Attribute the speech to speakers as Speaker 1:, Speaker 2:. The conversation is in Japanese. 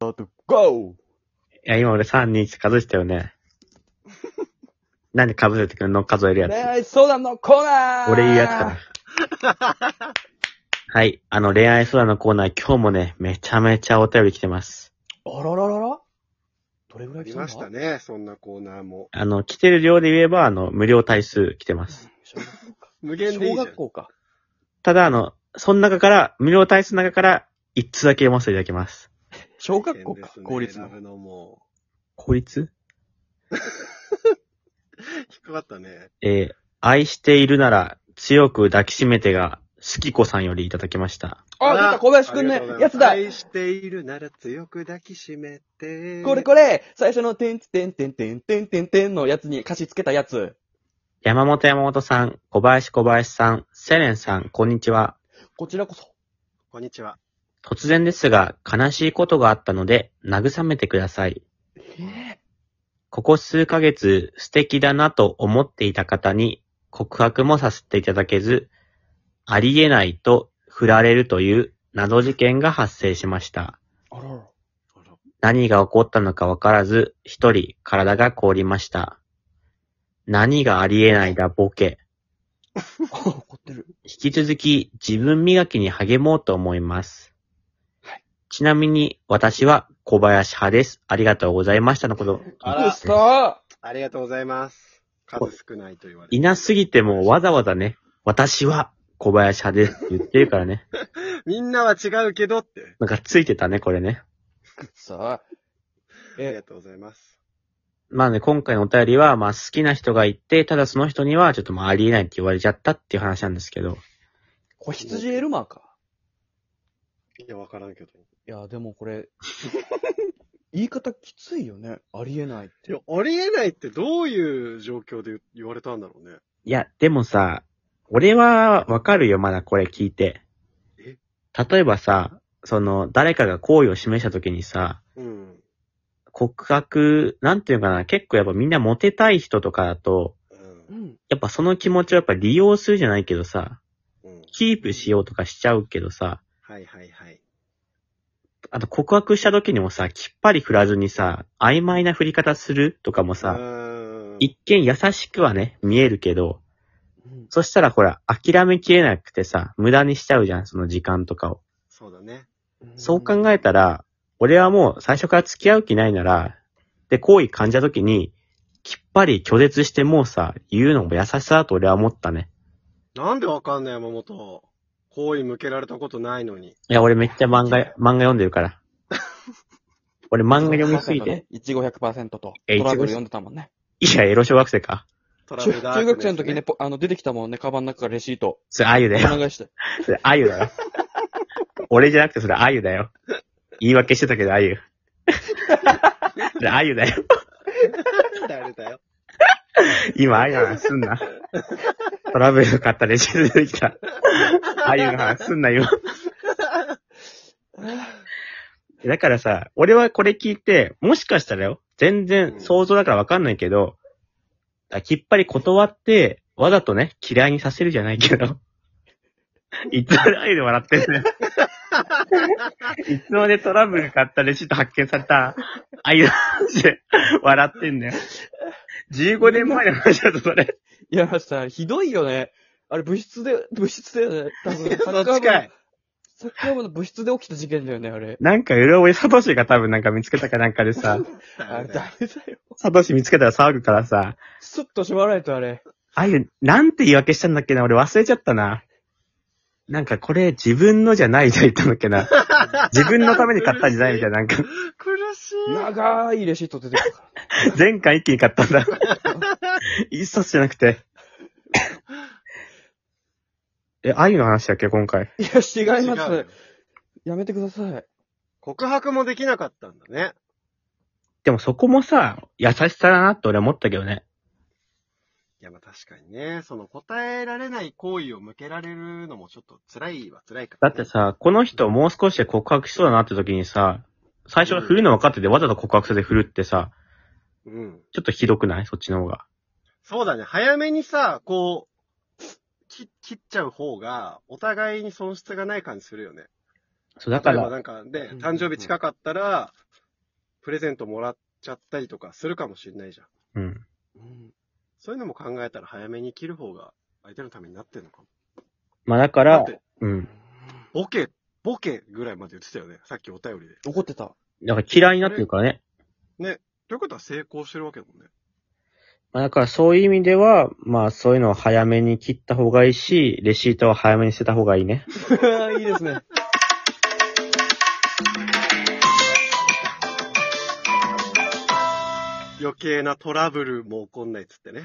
Speaker 1: ート、ゴ
Speaker 2: いや、今俺3、2、1数したよね。なんで数えてくんの数える
Speaker 1: ー
Speaker 2: や
Speaker 1: 恋
Speaker 2: つ。
Speaker 1: 愛相談のコーナー
Speaker 2: 俺言うやつか。はい。あの、恋愛相談のコーナー、今日もね、めちゃめちゃお便り来てます。
Speaker 1: あららららどれぐら
Speaker 3: あ
Speaker 1: い来
Speaker 3: り
Speaker 1: たの
Speaker 3: ました。ね、そんなコーナーも。
Speaker 2: あの、来てる量で言えば、あの、無料対数来てます。
Speaker 1: 小学
Speaker 3: 無限でい
Speaker 1: 小
Speaker 3: いじゃん
Speaker 1: 学。校か。
Speaker 2: ただ、あの、その中から、無料対数の中から、1通だけ読ませていただきます。
Speaker 1: 小学校か
Speaker 3: 変です。ね
Speaker 1: 公立の
Speaker 3: 選。ぶのも。
Speaker 2: 効率
Speaker 3: 引っかかったね。
Speaker 2: えー愛しているなら、強く抱きしめてが、すきこさんよりいただきました。
Speaker 1: あ、出た小林くん
Speaker 3: ありがとう
Speaker 1: の
Speaker 3: ござい
Speaker 1: や
Speaker 3: ます
Speaker 1: つだ
Speaker 3: 愛しているなら強く抱きしめて。
Speaker 1: これこれ最初のてんてんてんてんてんてんてんのやつに歌詞つけたやつ。
Speaker 2: 山本山本さん、小林小林さん、セレンさん、こんにちは。
Speaker 1: こちらこそ。
Speaker 3: こんにちは。
Speaker 2: 突然ですが、悲しいことがあったので、慰めてください。
Speaker 1: え
Speaker 2: ここ数ヶ月、素敵だなと思っていた方に、告白もさせていただけず、ありえないと振られるという謎事件が発生しました。
Speaker 1: あらら。
Speaker 2: 何が起こったのかわからず、一人体が凍りました。何がありえないだボケ。
Speaker 1: あ怒ってる。
Speaker 2: 引き続き自分磨きに励もうと思います。
Speaker 1: はい
Speaker 2: ちなみに私は小林派です。ありがとうございましたのこと。
Speaker 3: あ
Speaker 1: うっ
Speaker 3: ら、
Speaker 1: そー
Speaker 3: ありがとうございます。数少ないと言われ
Speaker 2: いなすぎてもわざわざね、私は小林派ですって言ってるからね。
Speaker 3: みんなは違うけどって。
Speaker 2: なんかついてたね、これね。
Speaker 1: さあ。
Speaker 3: あり
Speaker 1: え
Speaker 3: が、とうございます。
Speaker 2: まあね、今回のお便りは、まあ好きな人がいて、ただその人にはちょっとまあありえないって言われちゃったっていう話なんですけど。
Speaker 1: 子羊エルマーか。
Speaker 3: いや、わからんけど。
Speaker 1: いや、でもこ れ、言い方きついよね。ありえないっ
Speaker 3: い
Speaker 1: て
Speaker 3: や。、ありえないってどういう状況で言われたんだろうね。
Speaker 2: いや、でもさ、俺はわかるよ、まだこれ聞いて。
Speaker 3: え
Speaker 2: 例えばさ、その、誰かが好意を示した時にさ、
Speaker 3: うん。
Speaker 2: 告白、なんていうのかな、結構やっぱみんなモテたい人とかだと、
Speaker 3: う。
Speaker 1: うんん。
Speaker 2: やっぱその気持ちをやっぱ利用するじゃないけどさ、
Speaker 3: うん。
Speaker 2: キープしようとかしちゃうけどさ、
Speaker 3: はいはいはい。
Speaker 2: あと告白した時にもさ、きっぱり振らずにさ、曖昧な振り方するとかも
Speaker 3: う
Speaker 2: さ、
Speaker 3: ーん
Speaker 2: 一見優しくはね、見えるけど、
Speaker 1: うん
Speaker 2: そしたらほら、諦めきれなくてさ、無駄にしちゃうじゃん、その時間とかを。
Speaker 3: そうだね。
Speaker 2: そう考えたら、俺はもう最初から付き合う気ないなら、で、好意感じた時に、きっぱり拒絶してもうさ、言うのも優しさだと俺は思ったね。
Speaker 3: なんでわかんない山本。好意向けられたことないのに。
Speaker 2: いや、俺めっちゃ漫画、漫画読んでるから。俺漫画読みす ぎて。。
Speaker 1: いちご100%と。
Speaker 2: え
Speaker 1: トラブル読んでたもんね。
Speaker 2: いや、エロ小学生か。
Speaker 3: トラ
Speaker 1: 中
Speaker 3: ブルダー
Speaker 1: 中
Speaker 3: ク
Speaker 1: 学
Speaker 3: です
Speaker 1: 生の時ね、。ポあの、出てきたもんね、カバンの中からレシート。
Speaker 2: それ、あゆ
Speaker 1: お
Speaker 2: だよ。
Speaker 1: 願いして。
Speaker 2: それ、あゆだよ。俺じゃなくてそれ、あゆだよ。言い訳してたけど、あゆ。それ、あゆだよ。
Speaker 3: 誰だよ。
Speaker 2: 今、あゆの話すんな。トラブル買ったレシート出てきた。あゆの話すんな、今。だからさ、俺はこれ聞いて、もしかしたらよ、全然想像だからわかんないけど、あきっぱり断って、わざとね、嫌いにさせるじゃないけど、いつまであゆで笑ってるね。いつまでトラブル買ったレシート発見された、あゆの話で笑ってんだよ。15年前の話だとそれ。
Speaker 1: いや、さ、ひどいよね。あれ、部室で、部室だよね。多分、サ
Speaker 3: そ
Speaker 1: ッカー
Speaker 3: っち
Speaker 1: 部の
Speaker 3: かい。
Speaker 1: サッカー部の部室で起きた事件だよね、あれ。
Speaker 2: なんか、うろおいサトシが多分なんか見つけたかなんかでさ、
Speaker 1: あれ、ダメだよ。
Speaker 2: サトシ見つけたら騒ぐからさ、
Speaker 1: スッと縛られた、あれ。
Speaker 2: あゆ、なんて言い訳したんだっけな俺忘れちゃったな。なんかこれ自分のじゃないと言ったんだっけな。自分のために買ったんじゃないみたいな。なんか、
Speaker 3: 苦しい。
Speaker 1: 長いレシート出てくるから。
Speaker 2: 前回一気に買ったんだ。一冊じゃなくて。え、あゆの話だっけ今回。
Speaker 1: いや、違いま
Speaker 3: 違うよ
Speaker 1: す。やめてください。
Speaker 3: 告白もできなかったんだね。
Speaker 2: でもそこもさ、優しさだなって俺は思ったけどね。
Speaker 3: いや、まあ確かにね、その答えられない行為を向けられるのもちょっと辛いは辛いか
Speaker 2: だ
Speaker 3: ら、
Speaker 2: って、さ、この人もう少しで告白しそうだなって時にさ、最初は振るの分かっててわざと告白させて振るってさ、
Speaker 3: うん。
Speaker 2: ちょっとひどくないそっちの方が。
Speaker 3: そうだね、早めにさ、こう、き切っちゃう方が、お互いに損失がない感じするよね。
Speaker 2: そうだか
Speaker 3: 例えば
Speaker 2: ら、
Speaker 3: なんかね
Speaker 1: うん、
Speaker 3: 誕生日近かったら、プレゼントもらっちゃったりとかするかもしれないじゃ
Speaker 2: う
Speaker 3: ん。
Speaker 2: ん。
Speaker 1: うん。
Speaker 3: そういうのも考えたら早めに切る方が相手のためになってんのかも。
Speaker 2: まあだか
Speaker 3: だ
Speaker 2: ら
Speaker 3: っ、て、
Speaker 2: うん。
Speaker 3: ボケ、ボケぐらいまで言ってたよね。さっきお便りで。
Speaker 1: 怒ってた。
Speaker 2: だから嫌いになってるからね。
Speaker 3: ということは成功してるわけだもんね。
Speaker 2: まあだからそういう意味では、まあそういうのを早めに切った方がいいし、レシートは早めに捨てた方がいいね。
Speaker 1: いいですね。
Speaker 3: 余計なトラブルも起こんないっつってね。